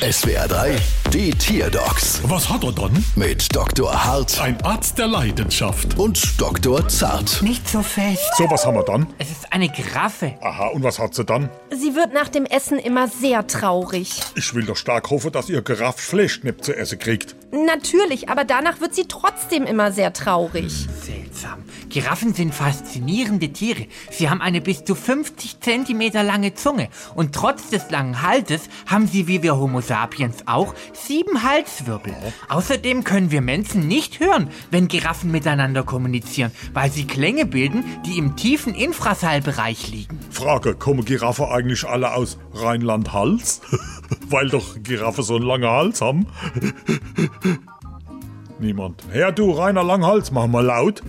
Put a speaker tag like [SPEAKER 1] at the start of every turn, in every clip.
[SPEAKER 1] SWR 3, die Tierdocs
[SPEAKER 2] Was hat er dann?
[SPEAKER 1] mit Dr. Hart
[SPEAKER 2] Ein Arzt der Leidenschaft.
[SPEAKER 1] und Dr. Zart.
[SPEAKER 3] Nicht so fest.
[SPEAKER 2] So, was haben wir dann?
[SPEAKER 3] Es ist eine Giraffe.
[SPEAKER 2] Aha, und was hat sie dann?
[SPEAKER 4] Sie wird nach dem Essen immer sehr traurig.
[SPEAKER 2] Ich will doch stark hoffen, dass ihr Giraff schlecht nicht zu essen kriegt.
[SPEAKER 4] Natürlich, aber danach wird sie trotzdem immer sehr traurig.
[SPEAKER 3] Seltsam. Giraffen sind faszinierende Tiere. Sie haben eine bis zu 50 Zentimeter lange Zunge. Und trotz des langen Halses haben sie, wie wir Homo sapiens auch, sieben Halswirbel. Außerdem können wir Menschen nicht hören, wenn Giraffen miteinander kommunizieren, weil sie Klänge bilden, die im tiefen Infraschallbereich liegen.
[SPEAKER 2] Frage, kommen Giraffe eigentlich alle aus Rheinland-Hals? Weil doch Giraffe so einen langen Hals haben. Niemand. Herr du, reiner Langhals, mach mal laut.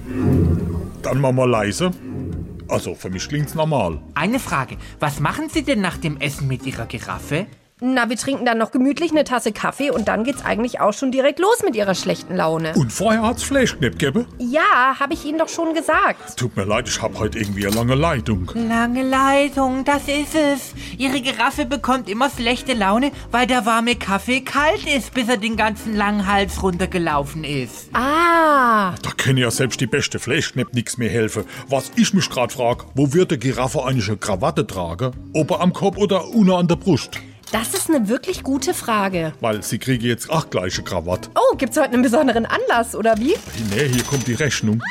[SPEAKER 2] Dann mach mal leise. Also, für mich klingt's normal.
[SPEAKER 3] Eine Frage. Was machen Sie denn nach dem Essen mit Ihrer Giraffe?
[SPEAKER 4] Na, wir trinken dann noch gemütlich eine Tasse Kaffee und dann geht's eigentlich auch schon direkt los mit ihrer schlechten Laune.
[SPEAKER 2] Und vorher hat's Fleischknepp gegeben?
[SPEAKER 4] Ja, habe ich Ihnen doch schon gesagt.
[SPEAKER 2] Tut mir leid, ich hab heute irgendwie eine lange Leitung.
[SPEAKER 3] Lange Leitung, das ist es. Ihre Giraffe bekommt immer schlechte Laune, weil der warme Kaffee kalt ist, bis er den ganzen langen Hals runtergelaufen ist.
[SPEAKER 4] Ah,
[SPEAKER 2] Da können ja selbst die beste Fleischknepp nix mehr helfen. Was ich mich grad frag, wo wird der Giraffe eigentlich eine Krawatte tragen? Ob er am Kopf oder unten an der Brust?
[SPEAKER 4] das ist eine wirklich gute Frage.
[SPEAKER 2] Weil sie kriege jetzt auch gleich eine Krawatte.
[SPEAKER 4] Oh, gibt's heute einen besonderen Anlass, oder wie?
[SPEAKER 2] Nee, hier kommt die Rechnung.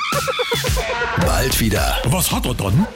[SPEAKER 1] Bald wieder.
[SPEAKER 2] Was hat er dann?